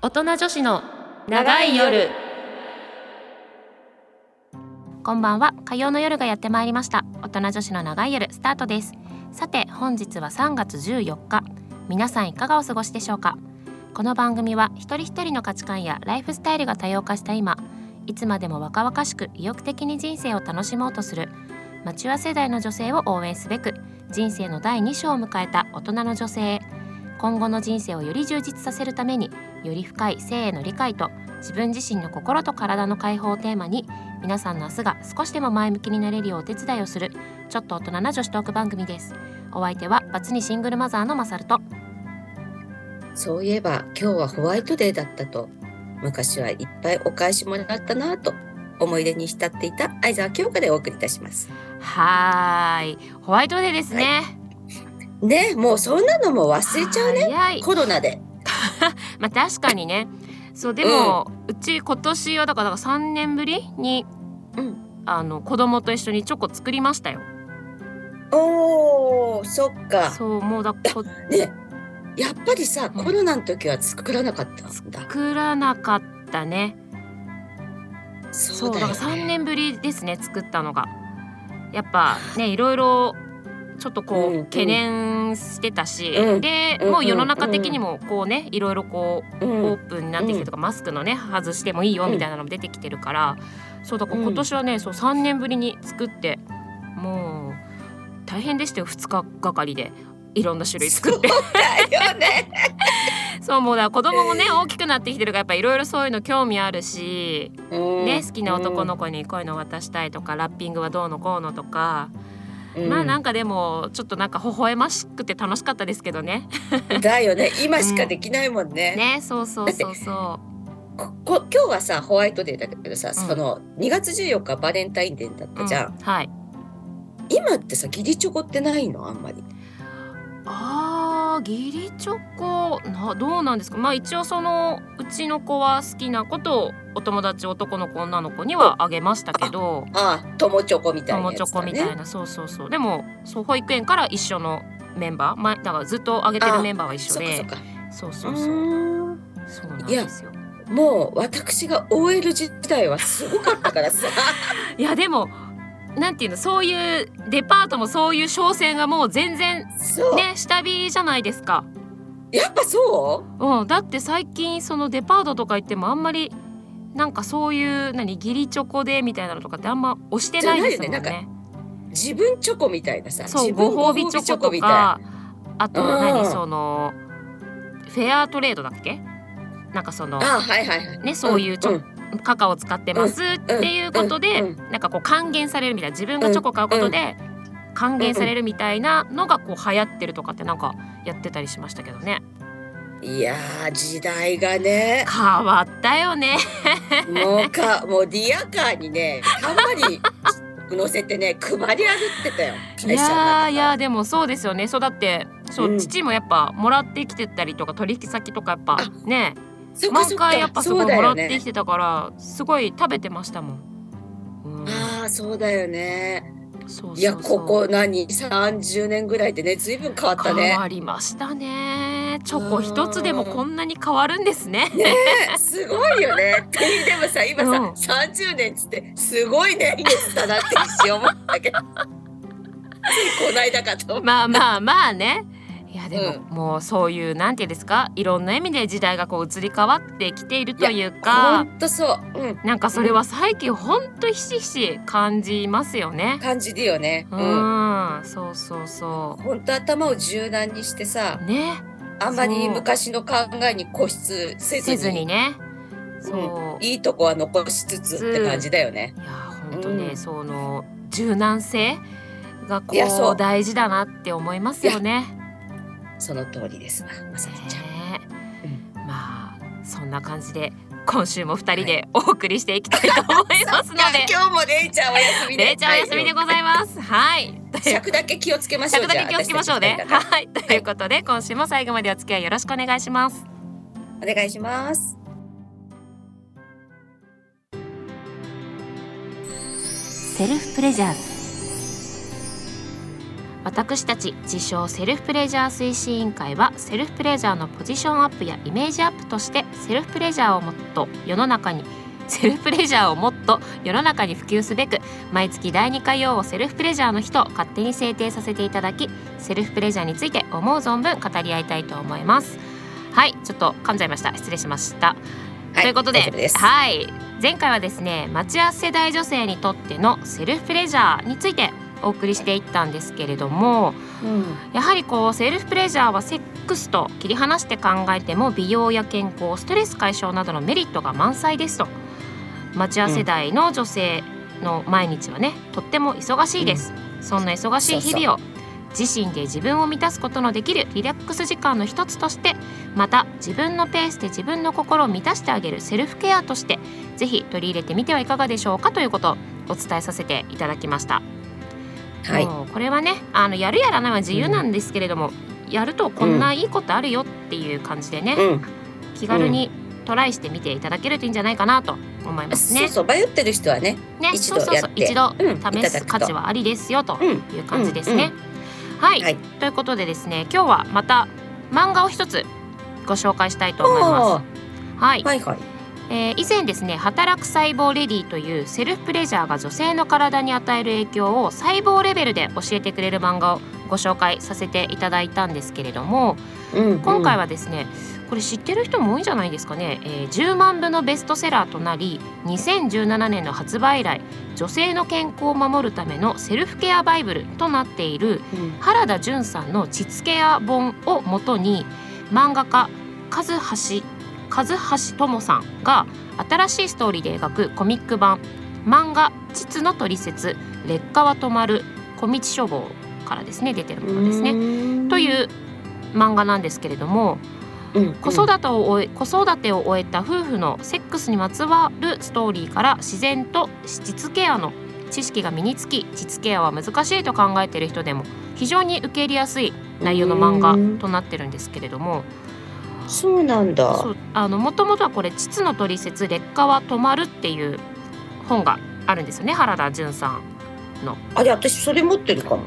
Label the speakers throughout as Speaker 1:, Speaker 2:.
Speaker 1: 大人女子の長い夜こんばんは火曜の夜がやってまいりました大人女子の長い夜スタートですさて本日は3月14日皆さんいかがお過ごしでしょうかこの番組は一人一人の価値観やライフスタイルが多様化した今いつまでも若々しく意欲的に人生を楽しもうとするマチュア世代の女性を応援すべく人生の第2章を迎えた大人の女性今後の人生をより充実させるためにより深い性への理解と自分自身の心と体の解放をテーマに皆さんの明日が少しでも前向きになれるようお手伝いをするちょっと大人な女子トーク番組ですお相手はバツにシングルマザーのマサルと
Speaker 2: そういえば今日はホワイトデーだったと昔はいっぱいお返しもらったなぁと思い出に浸っていた相沢京香でお送りいたします
Speaker 1: はーいホワイトデーですね、
Speaker 2: ねもうそんなのも忘れちゃうね
Speaker 1: 早い
Speaker 2: コロナで
Speaker 1: まあ確かにねそうでも、うち今年はだからだから3年ぶりに、
Speaker 2: うん
Speaker 1: あの子供と一緒にチョコ作りましたよ
Speaker 2: おーそっか
Speaker 1: そうもうだこ
Speaker 2: ねやっぱりさ
Speaker 1: うん
Speaker 2: コロナの時は作らなかったんだ、
Speaker 1: 作らなかったね
Speaker 2: そ
Speaker 1: そう
Speaker 2: う
Speaker 1: だ
Speaker 2: だ
Speaker 1: か
Speaker 2: よ
Speaker 1: ら
Speaker 2: ね
Speaker 1: 3年ぶりですね作ったのがやっぱねいろいろちょっとこ
Speaker 2: うん
Speaker 1: う
Speaker 2: うん
Speaker 1: 懸念してたし、
Speaker 2: うん
Speaker 1: で、
Speaker 2: うん
Speaker 1: もう世の中的にもこうねいろいろこう
Speaker 2: う
Speaker 1: オ
Speaker 2: ん
Speaker 1: ープンになってきてとか、マスクのね外してもいいよ
Speaker 2: うん
Speaker 1: みたいなのも出てきてるから、そうだから
Speaker 2: うん
Speaker 1: 今年はね、そう3年ぶりに作ってもう大変でしたよ2日がかりでいろんな種類作って。
Speaker 2: だよね
Speaker 1: そうもうだから子供もね大きくなってきてるからやっぱいろいろそういうの興味あるし、ね好きな男の子にこういうの渡したいとかラッピングはどうのこうのとか、
Speaker 2: 子
Speaker 1: まあなん
Speaker 2: か、
Speaker 1: かでもちょっとなんか微笑ましくて楽しかったですけどね。
Speaker 2: うんだよね今しかできないもんね,、
Speaker 1: ねそうそうそうそう。
Speaker 2: ここ今日はさホワイトデーだけどさ、その2月14日バレンタインデーだったじゃん、
Speaker 1: うんはい。
Speaker 2: 今ってさ義理チョコってないのあんまり
Speaker 1: あー義理チョコなどうなんですかまあ一応そのうちの子は好きなことをお友達男の子女の子にはあげましたけど
Speaker 2: ああ友チョコみたいな
Speaker 1: 友
Speaker 2: や
Speaker 1: チョ
Speaker 2: つ
Speaker 1: コ
Speaker 2: だ
Speaker 1: みたいな、
Speaker 2: ね
Speaker 1: そうそうそうでもそう保育園から一緒のメンバー、まあ、だからずっとあげてるメンバーは一緒
Speaker 2: そっかそ
Speaker 1: でそう
Speaker 2: っかう
Speaker 1: そうそう
Speaker 2: ーん
Speaker 1: そうなんですよ
Speaker 2: もう私が OL 時代はすごかったからさ
Speaker 1: いやでもなんていうのそういうデパートもそういう商戦がもう全然
Speaker 2: そう、
Speaker 1: ね下火じゃないですか、
Speaker 2: やっぱそ
Speaker 1: うん、だって最近そのデパートとか行ってもあんまりなんかそういう何義理チョコでみたいなのとかってあんま押してないですもん
Speaker 2: じゃ
Speaker 1: ね
Speaker 2: ないよう自分チョコみたいなさ
Speaker 1: そう
Speaker 2: 自分
Speaker 1: ご褒美チョコとかあと何、
Speaker 2: うん
Speaker 1: そのフェアトレードだっけなんかその
Speaker 2: ああはいはいはい
Speaker 1: ねそういうチョコ、
Speaker 2: コ
Speaker 1: カカオ使ってますっていうことで、
Speaker 2: うん
Speaker 1: なんかこう還元されるみたいな自分がチョコ買うことで還元されるみたいなのがこう流行ってるとかってなんかやってたりしましたけどね
Speaker 2: いやー時代 がね
Speaker 1: 変わったよね
Speaker 2: もうかもうディアカーにねたまに乗せてね配り歩ってたよ
Speaker 1: い
Speaker 2: 会社の
Speaker 1: や
Speaker 2: 中
Speaker 1: ーいやーでもそうですよねそうだってそう、
Speaker 2: うん
Speaker 1: 父もやっぱもらってきてたりとか取引先とかやっぱ
Speaker 2: あ
Speaker 1: ね
Speaker 2: そっか
Speaker 1: 毎
Speaker 2: そっか
Speaker 1: 回やっぱすご
Speaker 2: そ
Speaker 1: いう
Speaker 2: だ
Speaker 1: もらっ
Speaker 2: よ
Speaker 1: て
Speaker 2: ね
Speaker 1: きてたからすごい食べてましたもん。うん
Speaker 2: ああそうだよね。
Speaker 1: そうそうそう
Speaker 2: いやここ何三十年ぐらいでねずいぶん変わったね
Speaker 1: 変。わりましたねチョコ一つでもこんなに変わるんですね
Speaker 2: ねえすごいよね。ってでもさ今
Speaker 1: うん
Speaker 2: さ三十、年っつってすごい年月だなって一瞬思ったけど。ついこないだかと思う。
Speaker 1: まあまあまあねいやでも、
Speaker 2: うん
Speaker 1: もうそういうなんていうんですかいろんな意味で時代がこう移り変わってきているという
Speaker 2: ほ
Speaker 1: か
Speaker 2: んとそう。うん
Speaker 1: なんかそれは最近ほんとひしひし感じますよね
Speaker 2: 感じるよね。
Speaker 1: う
Speaker 2: う
Speaker 1: ん、
Speaker 2: ん。
Speaker 1: そうそうそ
Speaker 2: 本当頭を柔軟にしてさ
Speaker 1: うね
Speaker 2: あんま
Speaker 1: そ
Speaker 2: り
Speaker 1: う
Speaker 2: 昔の考えに固執せず
Speaker 1: せ
Speaker 2: に
Speaker 1: ずにね
Speaker 2: うん
Speaker 1: そう、
Speaker 2: いいとこは残しつつって感じだよね。
Speaker 1: いや本当ね、
Speaker 2: うん
Speaker 1: その柔軟性がこ
Speaker 2: いやそう
Speaker 1: う大事だなって思いますよね。
Speaker 2: その通りですわまさみちゃん。
Speaker 1: ねえ
Speaker 2: う
Speaker 1: まあそんな感じで今週も二人でお送りしていきたいと思いますの で、
Speaker 2: 今日もレイちゃんお休みで
Speaker 1: れいちゃんお休みでございます。はい。
Speaker 2: 尺だけ気をつけましょう
Speaker 1: 尺だけ気をつけましょうね。
Speaker 2: じゃあ私たち
Speaker 1: はい。ということで今週も最後までお付き合いよろしくお願いします。
Speaker 2: 二人がお願いします
Speaker 1: セルフプレジャー私たち自称セルフプレジャー推進委員会はセルフプレジャーのポジションアップやイメージアップとしてセルフプレジャーをもっと世の中に セルフプレジャーをもっと世の中に普及すべく毎月第2回用をセルフプレジャーの日と勝手に制定させていただきセルフプレジャーについて思う存分語り合いたいと思いますはいちょっと噛んじゃいました失礼しました
Speaker 2: は
Speaker 1: ということで
Speaker 2: 大丈夫です
Speaker 1: はい前回はですね待ち合わせ世代女性にとってのセルフプレジャーについてお送りしていったんですけれども
Speaker 2: うん
Speaker 1: やはりこうセルフプレジャーはセックスと切り離して考えても美容や健康ストレス解消などのメリットが満載ですと待ち合わせ世代の女性の毎日はねとっても忙しいです、そんな忙しい日々を自身で自分を満たすことのできるリラックス時間の一つとしてまた自分のペースで自分の心を満たしてあげるセルフケアとしてぜひ取り入れてみてはいかがでしょうかということをお伝えさせていただきました。
Speaker 2: はい
Speaker 1: もうこれはねあのやるやらないは自由なんですけれども、やるとこんないいことあるよっていう感じでね、
Speaker 2: うん
Speaker 1: 気軽にトライしてみていただけるといいんじゃないかなと思います
Speaker 2: そう
Speaker 1: ね。
Speaker 2: そう迷ってる人はね
Speaker 1: ね
Speaker 2: 一
Speaker 1: そう
Speaker 2: 度
Speaker 1: そう
Speaker 2: や
Speaker 1: そう
Speaker 2: って
Speaker 1: 一度
Speaker 2: うんい
Speaker 1: 試
Speaker 2: た
Speaker 1: す
Speaker 2: だくと
Speaker 1: 価値はありですよと
Speaker 2: うん
Speaker 1: いう感じですね。はい、
Speaker 2: はい
Speaker 1: ということでですね今日はまた漫画を一つご紹介したいと思い
Speaker 2: お
Speaker 1: ま
Speaker 2: ー
Speaker 1: す。はい、
Speaker 2: はいはい
Speaker 1: えー以前ですね「働く細胞レディ」というセルフプレジャーが女性の体に与える影響を細胞レベルで教えてくれる漫画をご紹介させていただいたんですけれども
Speaker 2: うん
Speaker 1: 今回
Speaker 2: は
Speaker 1: はですねこれ知ってる人も多いんじゃないですかね、えー10万部のベストセラーとなり2017年の発売以来女性の健康を守るためのセルフケアバイブルとなっている原田純さんの「膣ケア本」をもとに漫画家和橋和橋智さんが新しいストーリーで描くコミック版漫画「膣の取説劣化は止まる小道書房」からですね出てるものですね。
Speaker 2: ね
Speaker 1: という漫画なんですけれども子育てを終え子育てを終えた夫婦のセックスにまつわるストーリーから自然と膣ケアの知識が身につき膣ケアは難しいと考えている人でも非常に受け入れやすい内容の漫画となってるんですけれども
Speaker 2: そうなんだ
Speaker 1: そうあの元々はこれ「膣の取説劣化は止まる」っていう本があるんですよね原田純さん。
Speaker 2: あれ私それ持ってるかも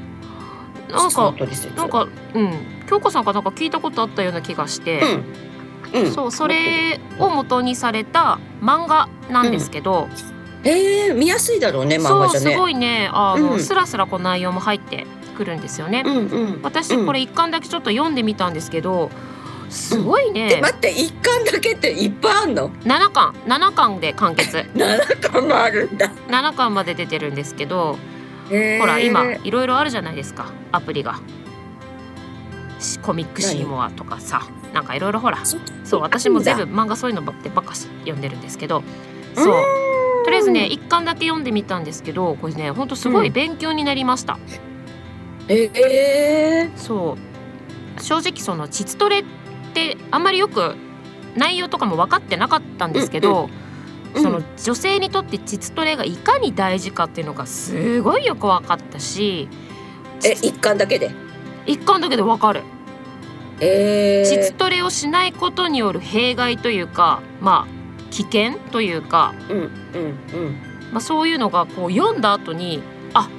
Speaker 1: なん
Speaker 2: 質問
Speaker 1: か
Speaker 2: 取説
Speaker 1: なんかうん京子さんがなんか聞いたことあったような気がして。
Speaker 2: うんうん
Speaker 1: そうそれを元にされた漫画なんですけど、
Speaker 2: ええ見やすいだろうね漫
Speaker 1: そ
Speaker 2: 画
Speaker 1: う
Speaker 2: じゃ
Speaker 1: す
Speaker 2: ね
Speaker 1: ごいねあの、
Speaker 2: うん
Speaker 1: スラスラこう内容も入ってくるんですよね。
Speaker 2: うんうん
Speaker 1: 私
Speaker 2: うん
Speaker 1: これ一巻だけちょっと読んでみたんですけどすごい
Speaker 2: え
Speaker 1: ね、
Speaker 2: 待って一巻だけっていっぱいあんの
Speaker 1: 7巻7巻で完結
Speaker 2: 七巻もあるんだ
Speaker 1: 7巻まで出てるんですけど、
Speaker 2: へー
Speaker 1: ほら今いろいろあるじゃないですかアプリが。しコミックシーモアとかさなんかいろいろほら
Speaker 2: そ
Speaker 1: そう私も全部
Speaker 2: う
Speaker 1: 漫画そういうのばってばっかし読んでるんですけど
Speaker 2: ー
Speaker 1: そ
Speaker 2: ん
Speaker 1: うとりあえずね一巻だけ読んでみたんですけどこれねほんとすごい
Speaker 2: うん
Speaker 1: 勉強になりました、
Speaker 2: ええ
Speaker 1: そう正直その膣トレってあんまりよく内容とかも分かってなかったんですけど、
Speaker 2: うん
Speaker 1: その女性にとって膣トレがいかに大事かっていうのがすごいよく分かったし
Speaker 2: え一巻だけで
Speaker 1: 一巻だけで分かる
Speaker 2: え
Speaker 1: 膣
Speaker 2: え
Speaker 1: トレをしないことによる弊害というかまあ危険というか、
Speaker 2: うんうん
Speaker 1: まあ、そういうのがこう読んだ後にあ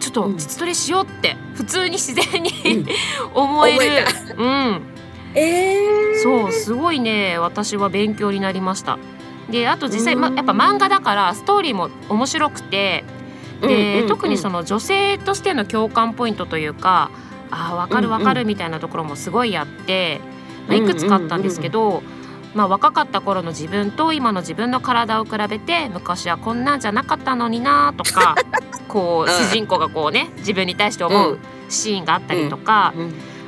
Speaker 1: ちょっと
Speaker 2: うん
Speaker 1: 膣トレしようって普通に自然に、
Speaker 2: うん
Speaker 1: 思える
Speaker 2: 覚え
Speaker 1: うん
Speaker 2: ええ
Speaker 1: そうすごいね私は勉強になりましたであと実際、ま、
Speaker 2: うん
Speaker 1: やっぱ漫画だからストーリーも面白くてで、特にそ
Speaker 2: の
Speaker 1: の女性としての共感ポイントというかあ分かる
Speaker 2: うんうん
Speaker 1: 分かるみたいなところもすごいあって、まあ、いくつかあったんですけど、まあ、若かった頃の自分と今の自分の体を比べて昔はこんなんじゃなかったのになと かこう
Speaker 2: うん
Speaker 1: 主人公がこうね自分に対して思うシーンがあったりとか、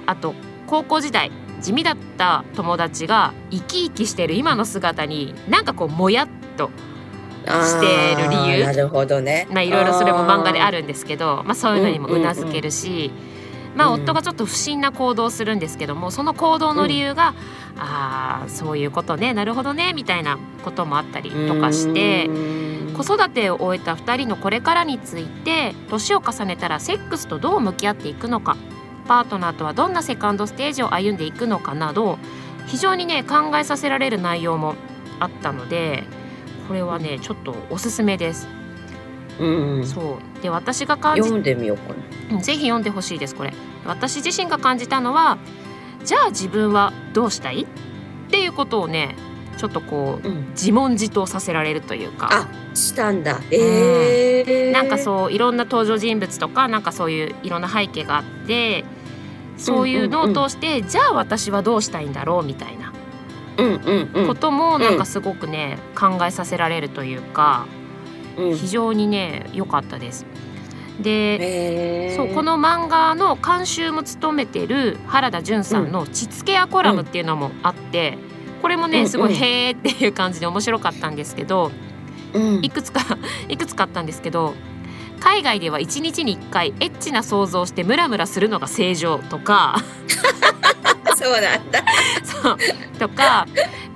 Speaker 1: あと高校時代地味だった友達が生き生きしてる今の姿になんかこうもやっと、してる理由
Speaker 2: なるほどね
Speaker 1: まあ、いろいろそれも漫画であ
Speaker 2: る
Speaker 1: るんですけどまあ、そういうのにもうなずけるし、まあ、
Speaker 2: うん
Speaker 1: 夫がちょっと不審な行動をするんですけどもその行動の理由が、あーそういうことねなるほどねみたいなこともあったりとかして。子育てを終えた2人のこれからについて年を重ねたらセックスとどう向き合っていくのかパートナーとはどんなセカンドステージを歩んでいくのかなど非常にね考えさせられる内容もあったのでこれはねちょっとおすすめです。
Speaker 2: うん、
Speaker 1: そうで私が感じ
Speaker 2: 読んでみようかな。
Speaker 1: うんぜひ読んでほしいですこれ私自身が感じたのはじゃあ自分はどうしたいっていうことをねちょっとこう
Speaker 2: うん、
Speaker 1: 自問自答させられるというか
Speaker 2: あしたんだ。ええ
Speaker 1: なんかそういろんな登場人物とかなんかそういういろんな背景があってそういうのを通して、じゃあ私はどうしたいんだろうみたいな
Speaker 2: う。うんうんうん
Speaker 1: ことも
Speaker 2: ん
Speaker 1: なんかすごくね、考えさせられるというか
Speaker 2: うん。
Speaker 1: 非常にね良かったです。で、
Speaker 2: ええ
Speaker 1: そうこの漫画の監修も務めてる原田純さんの「ちつけやコラム」っていうのもあって、これも
Speaker 2: うんう
Speaker 1: ね
Speaker 2: ん
Speaker 1: すごい「へーっていう感じで面白かったんですけど
Speaker 2: うん
Speaker 1: いくつか いくつかあったんですけど海外では1日に1回エッチな想像をしてムラムラするのが正常とか
Speaker 2: そうなんだ。
Speaker 1: そうとか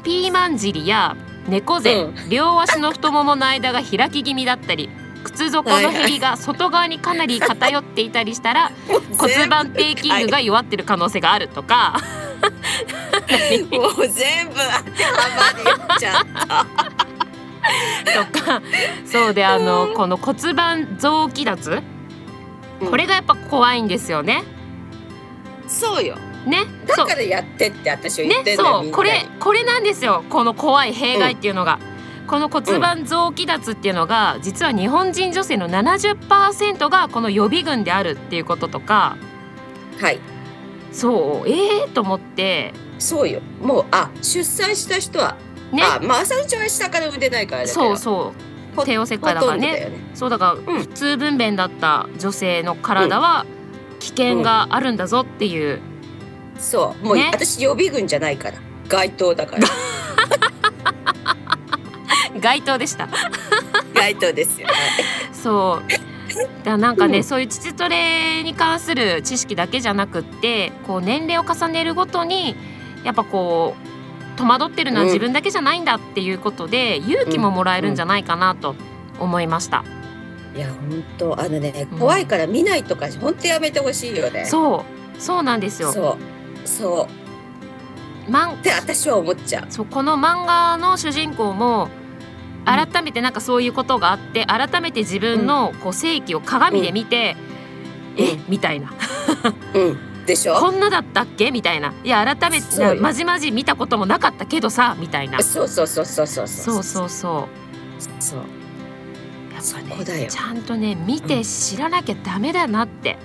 Speaker 1: ピーマン尻や猫背、
Speaker 2: うん
Speaker 1: 両足の太ももの間が開き気味だったり靴底のへりが外側にかなり偏っていたりしたら 骨盤底筋群が弱ってる可能性があるとか、
Speaker 2: 全部もう全部当てはまるよちゃん。
Speaker 1: とかそうであのこの骨盤臓器脱
Speaker 2: うん
Speaker 1: これがやっぱ怖いんですよね。
Speaker 2: そうよ。
Speaker 1: ね、
Speaker 2: だ
Speaker 1: そう
Speaker 2: からやってって私は言っ
Speaker 1: ね、
Speaker 2: てんだよ。
Speaker 1: そ
Speaker 2: みん
Speaker 1: う
Speaker 2: な
Speaker 1: これこれなんですよこの怖い弊害っていうのが。この骨盤臓器脱っていうのが実は日本人女性の70%がこの予備軍であるっていうこととか
Speaker 2: はい。
Speaker 1: そうええー、と思って
Speaker 2: そうよ。もうあ出産した人は、
Speaker 1: ね
Speaker 2: あまあ朝うちは下から産んでないからだけど。
Speaker 1: そうそう
Speaker 2: ほ
Speaker 1: 帝王切
Speaker 2: ほ
Speaker 1: 開だか
Speaker 2: と
Speaker 1: ら
Speaker 2: んど
Speaker 1: ね
Speaker 2: だよね。
Speaker 1: そうだから、
Speaker 2: うん
Speaker 1: 普通分娩だった女性の体は危険があるんだぞっていう、
Speaker 2: そうもう、
Speaker 1: ね
Speaker 2: 私予備軍じゃないから街頭だ から
Speaker 1: 該当でした。
Speaker 2: 街頭ですよ。
Speaker 1: そうだからなんかね、
Speaker 2: うん
Speaker 1: そういう父トレに関する知識だけじゃなくってこう年齢を重ねるごとにやっぱこう戸惑ってるのは
Speaker 2: うん
Speaker 1: 自分だけじゃないんだっていうことで、勇気ももらえるんじゃないかなと思いました。
Speaker 2: いや本当あのね
Speaker 1: うん
Speaker 2: 怖いから見ないとか本当やめてほしいよね。
Speaker 1: そうそうなんですよ。
Speaker 2: そうそう
Speaker 1: マン
Speaker 2: って私は思っちゃう。
Speaker 1: そうこの漫画の主人公も
Speaker 2: うん
Speaker 1: 改めてなんかそういうことがあって改めて自分のこう正義を鏡で見て、
Speaker 2: うん
Speaker 1: え
Speaker 2: うん
Speaker 1: みたいな
Speaker 2: うんでしょ。
Speaker 1: こんなだったっけみたいないや改め
Speaker 2: そう
Speaker 1: て
Speaker 2: よ
Speaker 1: まじまじ見たこともなかったけどさみたいな
Speaker 2: そうそうそうそうそう
Speaker 1: そう
Speaker 2: う
Speaker 1: そうそ
Speaker 2: そう。
Speaker 1: うやっぱ
Speaker 2: そこだ
Speaker 1: ね
Speaker 2: よ
Speaker 1: ちゃんとね見
Speaker 2: う
Speaker 1: て
Speaker 2: ん
Speaker 1: 知らなきゃダメだなって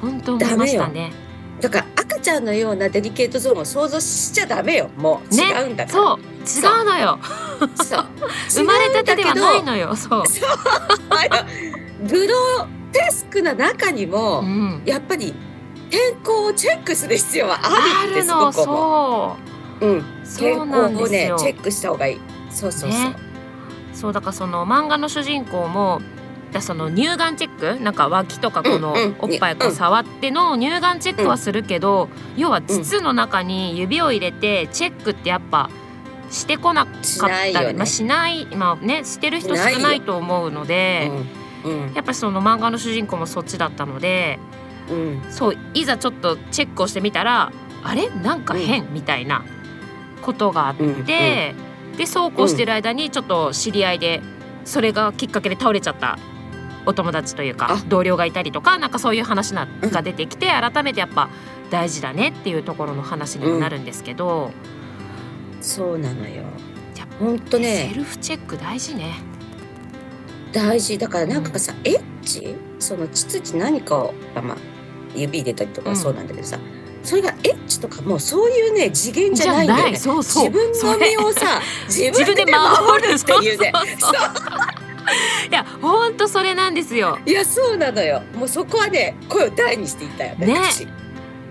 Speaker 1: 本当思いましたね
Speaker 2: だから赤ちゃんのようなデリケートゾーンを想像しちゃダメよ。もう
Speaker 1: ね
Speaker 2: 違うんだから。
Speaker 1: そう違うのよ
Speaker 2: そう。そう
Speaker 1: 生まれたてではないのよそう、
Speaker 2: あのグロテスクな中にも、
Speaker 1: うん、
Speaker 2: やっぱり健康をチェックする必要はあ
Speaker 1: あ
Speaker 2: るって
Speaker 1: る
Speaker 2: すご
Speaker 1: の
Speaker 2: く思
Speaker 1: そう
Speaker 2: う。うん、健
Speaker 1: そうなん
Speaker 2: 康
Speaker 1: で
Speaker 2: を
Speaker 1: す
Speaker 2: ね
Speaker 1: よ
Speaker 2: チェックした方がいい。そうそうそう。
Speaker 1: ねそうだからその漫画の主人公もだその乳がんチェックなんか脇とかこの
Speaker 2: うんうん
Speaker 1: おっぱいこ
Speaker 2: う
Speaker 1: うん触っての乳がんチェックはするけど、要は膣の中に指を入れてチェックってやっぱしてこなかっ
Speaker 2: したないよね。
Speaker 1: まあ、しないまあねしてる人少
Speaker 2: ないよ
Speaker 1: ないと思うので、
Speaker 2: うん
Speaker 1: やっぱその漫画の主人公もそっちだったので
Speaker 2: うんうん
Speaker 1: そういざちょっとチェックをしてみたらあれなんか変、みたいなことがあっ
Speaker 2: うんうん
Speaker 1: で,、でそうこうしてる間にちょっと知り合いでそれがきっかけで倒れちゃったお友達というか
Speaker 2: あ
Speaker 1: 同僚がいたりとかなんかそういう話な
Speaker 2: うん
Speaker 1: が出てきて改めてやっぱ大事だねっていうところの話にもなるんですけど、
Speaker 2: そうなのよ
Speaker 1: やっ。
Speaker 2: 本当
Speaker 1: セ
Speaker 2: ね
Speaker 1: ルフチェック大事ね。
Speaker 2: 大事だからなんかさ、エッチその秩序何かをまあまあ指入れたりとかはそうなんだけどさ、それがエッチとかもうそういうね次元じゃないんだよね。
Speaker 1: そうそう
Speaker 2: 自分の
Speaker 1: それ
Speaker 2: 身をさ自
Speaker 1: 自分
Speaker 2: 分で
Speaker 1: で
Speaker 2: 守る
Speaker 1: 守るって
Speaker 2: っていうね
Speaker 1: そうそういやほんとそれなんですよ。
Speaker 2: いやそうなのよもうそこはね声を大にしていたよ
Speaker 1: ね
Speaker 2: 私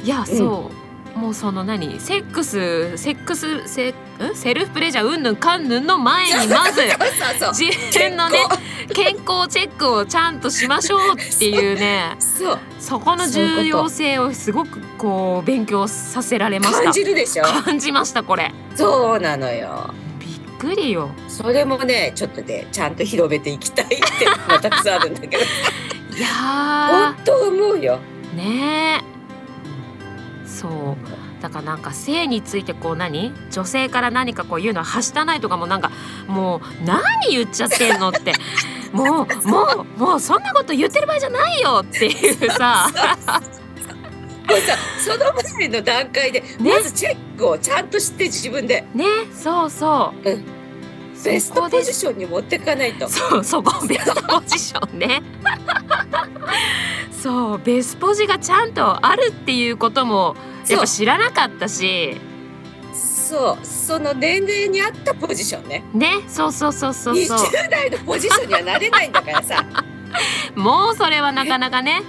Speaker 1: いやそう、もうその何セックスセックスセんセルフプレジャーうんぬんかんぬんの前にまず
Speaker 2: そうそう
Speaker 1: 自分のね健康チェックをちゃんとしましょうっていうね
Speaker 2: そうそう
Speaker 1: そこの重要性をすごくこう勉強させられました
Speaker 2: 感じるでしょ
Speaker 1: 感じましたこれ
Speaker 2: そうなのよ
Speaker 1: びっくりよ
Speaker 2: それもねちょっとねちゃんと広めていきたいってまあたくさんあるんだ けど
Speaker 1: いや
Speaker 2: 本当思うよ
Speaker 1: ーねえそうだからなんか性についてこう何女性から何かこう言うのははしたないとかもなんかもう何言っちゃってんのってもうもうもうそんなこと言ってる場合じゃないよっていうさ
Speaker 2: もうさその前の段階で、
Speaker 1: ね
Speaker 2: まずチェックをちゃんとして自分で
Speaker 1: ねそうそう、
Speaker 2: うベス
Speaker 1: そこ
Speaker 2: ト
Speaker 1: で
Speaker 2: ポジションに持ってかないと
Speaker 1: そうそこベストポジションね そうベスポジがちゃんとあるっていうこともやっ
Speaker 2: そう
Speaker 1: ぱ知らなかったし
Speaker 2: そうその年齢に合ったポジションね
Speaker 1: ねそうそうそうそうそう
Speaker 2: 20代のポジションにはなれないんだか らさ、
Speaker 1: もうそれはなかなかね、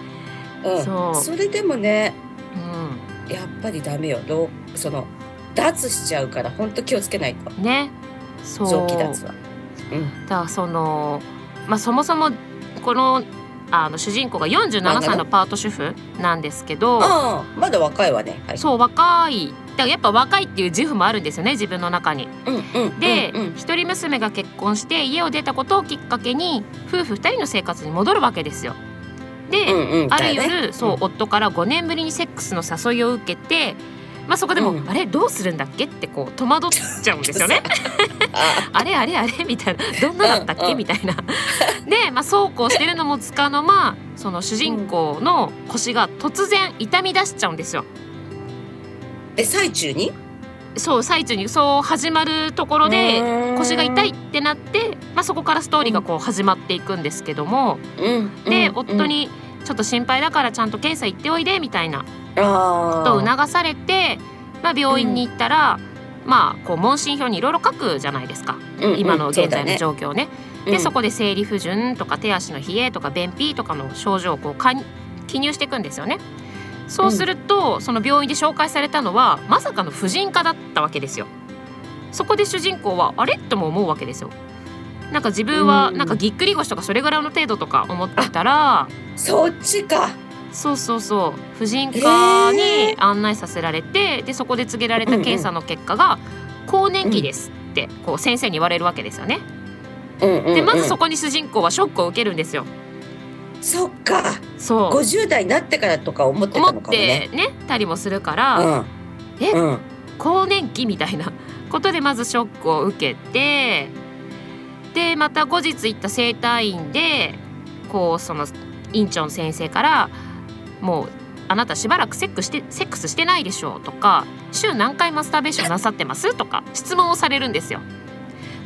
Speaker 2: うん、
Speaker 1: そう
Speaker 2: それでもね
Speaker 1: う
Speaker 2: やっぱりダメよどうその脱しちゃうから本当気をつけないと
Speaker 1: ん、ねそう
Speaker 2: 臓器脱は。
Speaker 1: だからその、まあ、そもそもこのあの主人公が47歳のパート主婦なんですけど
Speaker 2: ああまだ若いわね。はい、
Speaker 1: そう若いだからやっぱ若いっていう自負もあるんですよね自分の中に。
Speaker 2: うんうん
Speaker 1: で、
Speaker 2: うんうん
Speaker 1: 一人娘が結婚して家を出たことをきっかけに夫婦二人の生活に戻るわけですよ。で、
Speaker 2: うんうん
Speaker 1: ある
Speaker 2: だよね
Speaker 1: 夜、そう
Speaker 2: うん
Speaker 1: 夫から5年ぶりにセックスの誘いを受けて、まあ、そこでも、
Speaker 2: うん
Speaker 1: あれどうするんだっけってこう戸惑っちゃうんですよね。
Speaker 2: あ
Speaker 1: あれあれあれみたいなどんなだったっ
Speaker 2: うん
Speaker 1: け
Speaker 2: うん
Speaker 1: みたいな。で、まあ、そうこうしてるのもつかの間その主人公の腰が突然痛み出しちゃうんですよ。
Speaker 2: え最中に
Speaker 1: そう最中にそう始まるところで腰が痛いっ
Speaker 2: う
Speaker 1: てなって、まあ、そこからストーリーがこう始まっていくんですけども
Speaker 2: ん
Speaker 1: で、
Speaker 2: うん
Speaker 1: 夫に「ちょっと心配だからちゃんと検査行っておいで」みたいなことを
Speaker 2: あ
Speaker 1: 促されて、まあ、病院に行ったら、まあこう問診票にいろいろ書くじゃないですか
Speaker 2: ーうんうん
Speaker 1: 今の現在の
Speaker 2: そう
Speaker 1: 状況ね。
Speaker 2: だね
Speaker 1: でそこで生理不順とか手足の冷えとか便秘とかの症状をこう加入記入していくんですよね。そうすると、その病院で紹介されたのはまさかの婦人科だったわけですよ。そこで主人公はあれとも思うわけですよ。なんか自分は
Speaker 2: うん
Speaker 1: なんかぎっくり腰とかそれぐらいの程度とか思ってたら
Speaker 2: うんそっちか
Speaker 1: そうそうそう婦人科に
Speaker 2: え
Speaker 1: 案内させられてでそこで告げられた検査の結果が更年期ですってこう先生に言われるわけですよね。
Speaker 2: うんうんうん
Speaker 1: でまずそこに主人公はショックを受けるんですよ。
Speaker 2: そっか
Speaker 1: そう
Speaker 2: 50代になってからとか思ってた
Speaker 1: 思
Speaker 2: の
Speaker 1: っ
Speaker 2: かもね
Speaker 1: てねたりもするから、
Speaker 2: うん
Speaker 1: え
Speaker 2: うん
Speaker 1: 更年期みたいなことでまずショックを受けてでまた後日行った整体院でこうその院長の先生から「もうあなたしばらくセックスしてセックスしてないでしょ」とか「週何回マスターベーションなさってます?」とか質問をされるんですよ。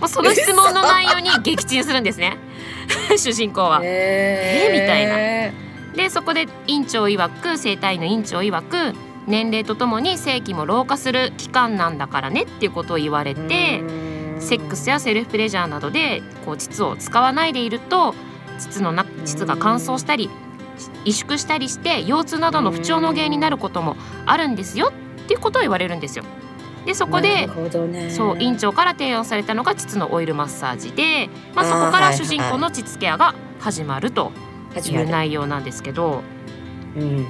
Speaker 1: もうその質問の内容に撃沈するんですね 主人公は。
Speaker 2: え
Speaker 1: みたいな
Speaker 2: な
Speaker 1: でそこで院長曰く整体の院長曰く年齢とともに性器も老化する期間なんだからねっていうことを言われてセックスやセルフプレジャーなどでこう膣を使わないでいると膣のな膣が乾燥したり萎縮したりして腰痛などの不調の原因になることもあるんですよっていうことを言われるんですよ。でそこでそう院長から提案されたのが膣のオイルマッサージで、まあ、
Speaker 2: あー
Speaker 1: そこから
Speaker 2: はい
Speaker 1: 主人公の膣ケアが始まるとい
Speaker 2: 始ま
Speaker 1: う
Speaker 2: る
Speaker 1: 内容なんですけど。
Speaker 2: うん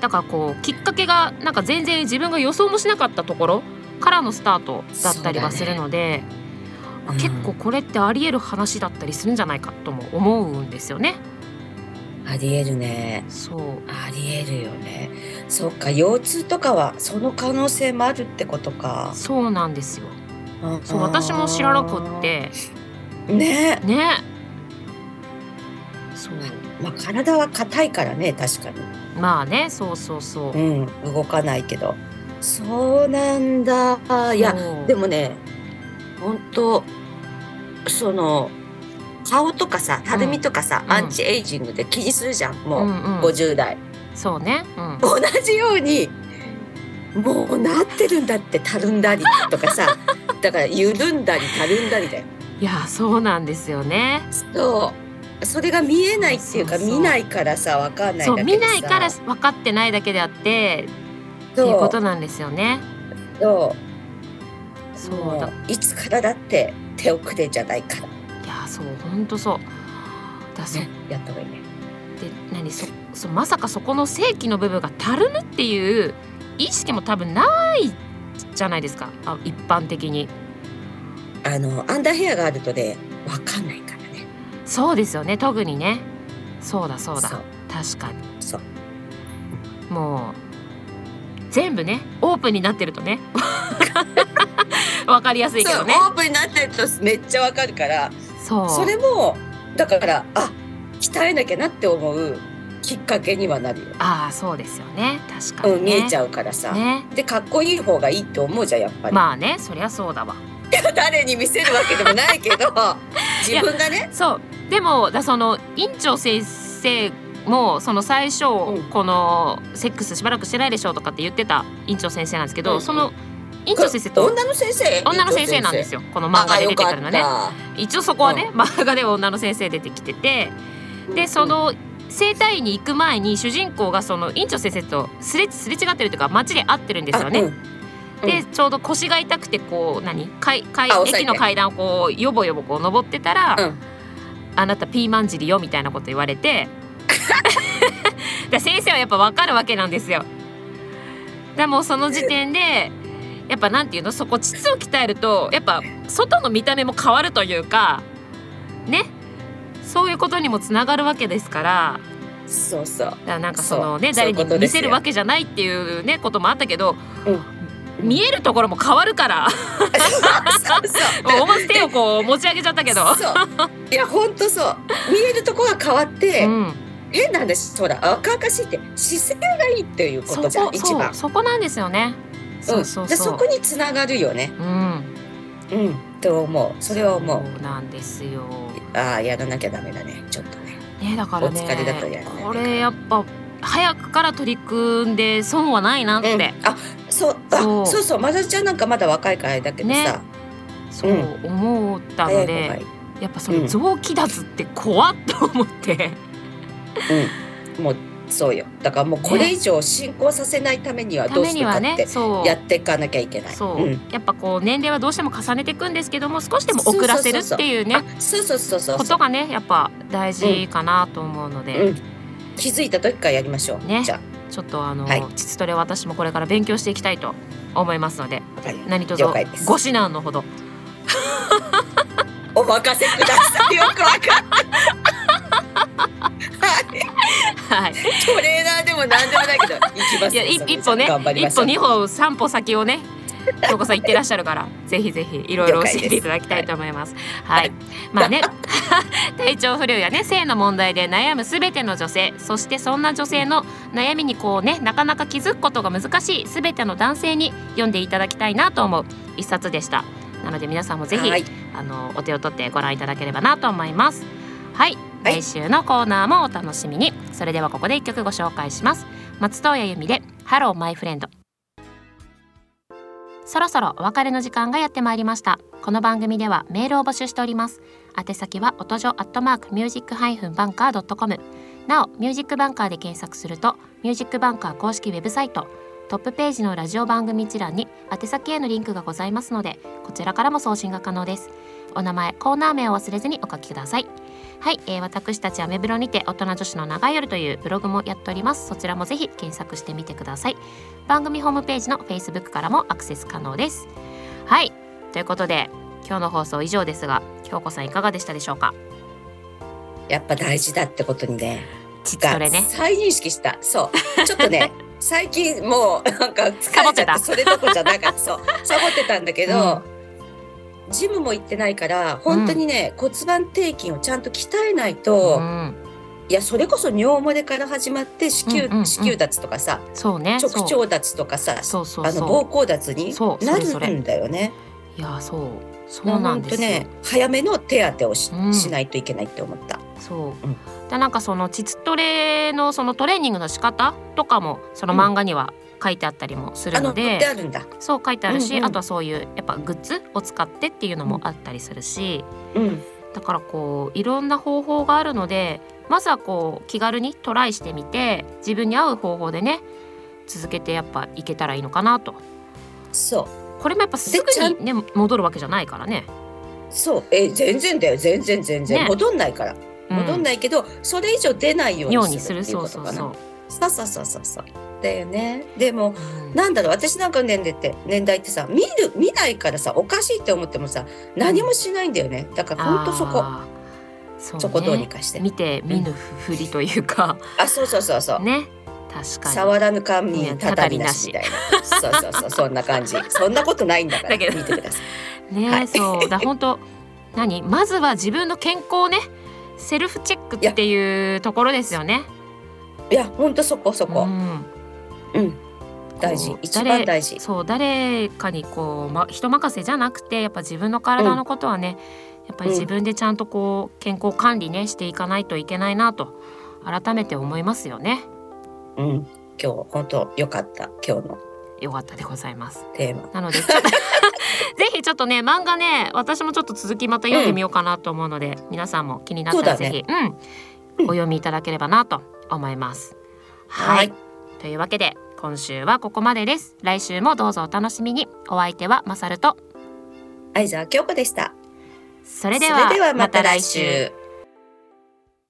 Speaker 1: だからこうきっかけがなんか全然自分が予想もしなかったところからのスタートだったりはするので、あ
Speaker 2: うん
Speaker 1: 結構これってありえる話だったりするんじゃないかとも思うんですよね。
Speaker 2: ありえるね
Speaker 1: そう
Speaker 2: ありえるよねそっか腰痛とかはその可能性もあるってことか
Speaker 1: そうなんですよ。そ
Speaker 2: ん
Speaker 1: う私も知らなくって
Speaker 2: ね
Speaker 1: ね。そう
Speaker 2: まあ体は硬いからね確かに
Speaker 1: まあねそうそうそう。
Speaker 2: うん動かないけどそうなんだあいや
Speaker 1: そう
Speaker 2: でもね本当その顔とかさたるみとかさ、
Speaker 1: うん
Speaker 2: アンチエイジングで気にするじゃん
Speaker 1: う
Speaker 2: もう、
Speaker 1: んうん、
Speaker 2: 50代
Speaker 1: そうね、うん、
Speaker 2: 同じようにもうなってるんだってたるんだりとかさ だから緩んだりたるんだりだよ
Speaker 1: いやそうなんですよね。
Speaker 2: そうそれが見えないっていうか
Speaker 1: そうそうそう
Speaker 2: 見ないからさわかんない
Speaker 1: そう
Speaker 2: んだけどさ
Speaker 1: 見ないから分かってないだけであってっていうことなんですよね。
Speaker 2: そう
Speaker 1: そうだ
Speaker 2: もういつからだって手遅れじゃないから、
Speaker 1: いやそう本当そうだそっ
Speaker 2: ね、やった方がいいね。
Speaker 1: て何そそまさかそこの正規の部分がたるむっていう意識も多分ないじゃないですかあ一般的に
Speaker 2: あのアンダーヘアがあるとねわかんないからね。
Speaker 1: そうですよね特にねそうだそうだ
Speaker 2: そう
Speaker 1: 確かに
Speaker 2: そう
Speaker 1: もう全部ねオープンになってるとねわかりやすいけ
Speaker 2: そう
Speaker 1: どね
Speaker 2: オープンになってるとめっちゃわかるから
Speaker 1: そう
Speaker 2: それもだからあ鍛えなきゃなって思うきっかけにはなるよ、
Speaker 1: ああそうですよね確か
Speaker 2: うん、
Speaker 1: に
Speaker 2: 見
Speaker 1: ね、
Speaker 2: えちゃうからさ、
Speaker 1: ね
Speaker 2: でかっこいい方がいいって思うじゃんやっぱり、
Speaker 1: まあねそりゃそうだわ
Speaker 2: 誰に見せるわけでもな いけど自分がね
Speaker 1: そうでもだその院長先生もその最初、
Speaker 2: うん
Speaker 1: このセックスしばらくしてないでしょうとかって言ってた院長先生なんですけど、
Speaker 2: うんうん
Speaker 1: その院長先生と
Speaker 2: 女の先生
Speaker 1: 女の先生なんです
Speaker 2: よ
Speaker 1: よこの漫画で出てくるのね
Speaker 2: あ
Speaker 1: 一応そこはね、漫画では女の先生出てきててでその整体院に行く前に主人公がその院長先生とすれすれ違ってるというか街で会ってるんで
Speaker 2: よか
Speaker 1: す
Speaker 2: った
Speaker 1: よね。
Speaker 2: あうんうん
Speaker 1: でちょうど腰が痛くてこう何階階
Speaker 2: あ抑えて
Speaker 1: 駅の階段をこうよぼよぼこう登ってたら、
Speaker 2: うん
Speaker 1: あなたピーマン尻よみたいなこと言われて だ先生はやっぱ分かるわけなんですよ。でもうその時点でやっぱなんていうのそこ膣を鍛えるとやっぱ外の見た目も変わるというかねそういうことにもつながるわけですから
Speaker 2: そうそう
Speaker 1: だからなんかそのね
Speaker 2: そう
Speaker 1: 誰
Speaker 2: そうい
Speaker 1: に
Speaker 2: うこと
Speaker 1: 見
Speaker 2: ですよ
Speaker 1: せるわけじゃないっていうねこともあったけど、
Speaker 2: うん
Speaker 1: 見えるところも変わるから。
Speaker 2: そうそう
Speaker 1: もう思わず手をこう持ち上げちゃったけど。
Speaker 2: そういやほんとそう見えるとこが変わって、
Speaker 1: うん、
Speaker 2: 変なんですほら若々しいって姿勢がいいっていうこ
Speaker 1: そ
Speaker 2: と
Speaker 1: こ
Speaker 2: じゃん一
Speaker 1: そ
Speaker 2: 番
Speaker 1: うそこなんですよね。そうそ
Speaker 2: ん、
Speaker 1: う
Speaker 2: で
Speaker 1: そ
Speaker 2: そうこ。につながるよね
Speaker 1: うん、
Speaker 2: うんと思うそれは思う
Speaker 1: そうなんですよ。
Speaker 2: ああやらなきゃダメだねちょっとね
Speaker 1: ねだからね
Speaker 2: お疲れだとやらないから
Speaker 1: これやっぱ早くから取り組んで損はないなって、
Speaker 2: うん、あそうあ
Speaker 1: そ
Speaker 2: そううそうまだちゃんなんかまだ若いからあれだけどさ、
Speaker 1: ねそう
Speaker 2: う
Speaker 1: 思ったの
Speaker 2: 早い
Speaker 1: で、
Speaker 2: 方がいい、
Speaker 1: やっぱその臓器脱って怖っと思って、
Speaker 2: うん、もうそうよだからもうこれ以上進行させないためには
Speaker 1: た
Speaker 2: どう
Speaker 1: め
Speaker 2: す
Speaker 1: に
Speaker 2: るか
Speaker 1: は
Speaker 2: っ
Speaker 1: ね
Speaker 2: て
Speaker 1: そう
Speaker 2: やっていかなきゃいけない
Speaker 1: そう、
Speaker 2: ん、
Speaker 1: やっぱこう年齢はどうしても重ねていくんですけども少しでも遅らせるっていうね
Speaker 2: あそうそうそうそう
Speaker 1: ことがねやっぱ大事かなと思うので、
Speaker 2: うん気づいた時からやりましょう、
Speaker 1: ね
Speaker 2: じゃ
Speaker 1: ちょっとあの、
Speaker 2: はい
Speaker 1: 膣トレは私もこれから勉強していきたいと思いますので
Speaker 2: あ、はい、
Speaker 1: 何卒
Speaker 2: 了解です
Speaker 1: ご指南のほど
Speaker 2: お任せくださいよくわかったはい
Speaker 1: はい
Speaker 2: トレーナーでも何でもないけど行きます
Speaker 1: いやい
Speaker 2: それじゃ
Speaker 1: 一歩ね
Speaker 2: 頑張りま
Speaker 1: 一
Speaker 2: しょ
Speaker 1: 歩
Speaker 2: う
Speaker 1: 二歩三歩先を ね京子さん行ってらっしゃるからぜひぜひいろいろ
Speaker 2: 了
Speaker 1: 教
Speaker 2: 解です
Speaker 1: えていただきたいと思いますはい、まあね 体調不良やね性の問題で悩むすべての女性そしてそんな女性の悩みにこうねなかなか気づくことが難しいすべての男性に読んでいただきたいなと思う一冊でしたなので皆さんもぜひ
Speaker 2: はい
Speaker 1: あのお手を取ってご覧いただければなと思いますはい、
Speaker 2: はい
Speaker 1: 来週のコーナーもお楽しみにそれではここで一曲ご紹介します松任谷由実でハローマイフレンドそろそろお別れの時間がやってまいりましたこの番組ではメールを募集しております宛先は音女アットマークミュージックハイフンバンカードットコムなおミュージックバンカーで検索するとミュージックバンカー公式ウェブサイトトップページのラジオ番組一覧に宛先へのリンクがございますのでこちらからも送信が可能ですお名前コーナー名を忘れずにお書きくださいはい、えー私たちはメブロにて大人女子の長い夜というブログもやっておりますそちらもぜひ検索してみてください番組ホームページの Facebook からもアクセス可能ですはいということで今日の放送以上ですが京子さんいかがでしたでしょうか
Speaker 2: やっぱ大事だってことにね
Speaker 1: 実それね
Speaker 2: 再認識したそうちょっと ね最近もうなんか疲れちゃ
Speaker 1: サボって
Speaker 2: ったてそれどころじゃなかったそうサボってたんだけど、ジムも行ってないから本当にね、骨盤底筋をちゃんと鍛えないと、
Speaker 1: うん、
Speaker 2: いやそれこそ尿漏れから始まって子宮,、
Speaker 1: うんうんうん
Speaker 2: 子宮脱とかさ
Speaker 1: そうね
Speaker 2: 直腸脱とかさ
Speaker 1: そうそう
Speaker 2: あ
Speaker 1: そう
Speaker 2: の
Speaker 1: そ
Speaker 2: 膀胱脱に
Speaker 1: そうそ
Speaker 2: な
Speaker 1: れそれ
Speaker 2: るんだよね。
Speaker 1: ういやそうそうなんですよ、
Speaker 2: ほとね早めの手当てをし,、
Speaker 1: うん
Speaker 2: ないといけないって思った。
Speaker 1: そう、
Speaker 2: うん
Speaker 1: でなんかその膣トレのそのトレーニングの仕方とかもその漫画には書いてあったりもする
Speaker 2: あ
Speaker 1: の
Speaker 2: の
Speaker 1: で、
Speaker 2: であるんだ。
Speaker 1: そう書いてあるし、
Speaker 2: うんうん
Speaker 1: あとはそういうやっぱグッズを使ってっていうのもあったりするし、
Speaker 2: うん、
Speaker 1: だからこういろんな方法があるのでまずはこう気軽にトライしてみて自分に合う方法でね続けてやっぱいけたらいいのかなと
Speaker 2: そう
Speaker 1: これもやっぱすぐにね戻るわけじゃないからね。
Speaker 2: そうえ全然だよ全然全然、
Speaker 1: ね
Speaker 2: 戻んないから
Speaker 1: うん
Speaker 2: 戻んないけど、それ以上出ないよ
Speaker 1: よ
Speaker 2: う
Speaker 1: うに
Speaker 2: にす
Speaker 1: す
Speaker 2: る
Speaker 1: る
Speaker 2: っていう
Speaker 1: そうそう
Speaker 2: ことかな
Speaker 1: そう。
Speaker 2: そうそうそうそうそうだよねでも
Speaker 1: うん
Speaker 2: なんだろう私なんかの年齢って年代ってさ見る見ないからさおかしいって思ってもさ何もしないんだよねだからほんとそこ、
Speaker 1: あーそうね
Speaker 2: そこどうにかして
Speaker 1: 見て見ぬふりというか、
Speaker 2: あそうそうそうそう、
Speaker 1: ね確かに
Speaker 2: 触らぬ神にたたりなしみたいなそうそうそうそんな感じそんなことないんだから
Speaker 1: だけど
Speaker 2: 見てください
Speaker 1: ね、
Speaker 2: はい
Speaker 1: そうだ本当何まずは自分の健康をねセルフチェックっていうところですよね。
Speaker 2: いやほんとそこそこ、
Speaker 1: ん、
Speaker 2: うん、大事
Speaker 1: こう
Speaker 2: 一番大事
Speaker 1: 誰そう誰かにこう、ま、人任せじゃなくてやっぱ自分の体のことはね、やっぱり自分でちゃんとこう健康管理ねしていかないといけないなと改めて思いますよね。
Speaker 2: うん今日本当良かった今日の
Speaker 1: よかったでございます。
Speaker 2: テーマ
Speaker 1: なのでちょっと ぜひちょっとね漫画ね私もちょっと続きまた読んでみようかなと思うので、皆さんも気になったら
Speaker 2: そう
Speaker 1: ぜ
Speaker 2: だ
Speaker 1: ひ
Speaker 2: ね
Speaker 1: う、
Speaker 2: うん
Speaker 1: ん、お読みいただければなと思います。はい、というわけで今週はここまでです。来週もどうぞお楽しみに。お相手はマサルと
Speaker 2: 相沢京子でした
Speaker 1: それでは
Speaker 2: それではまた来週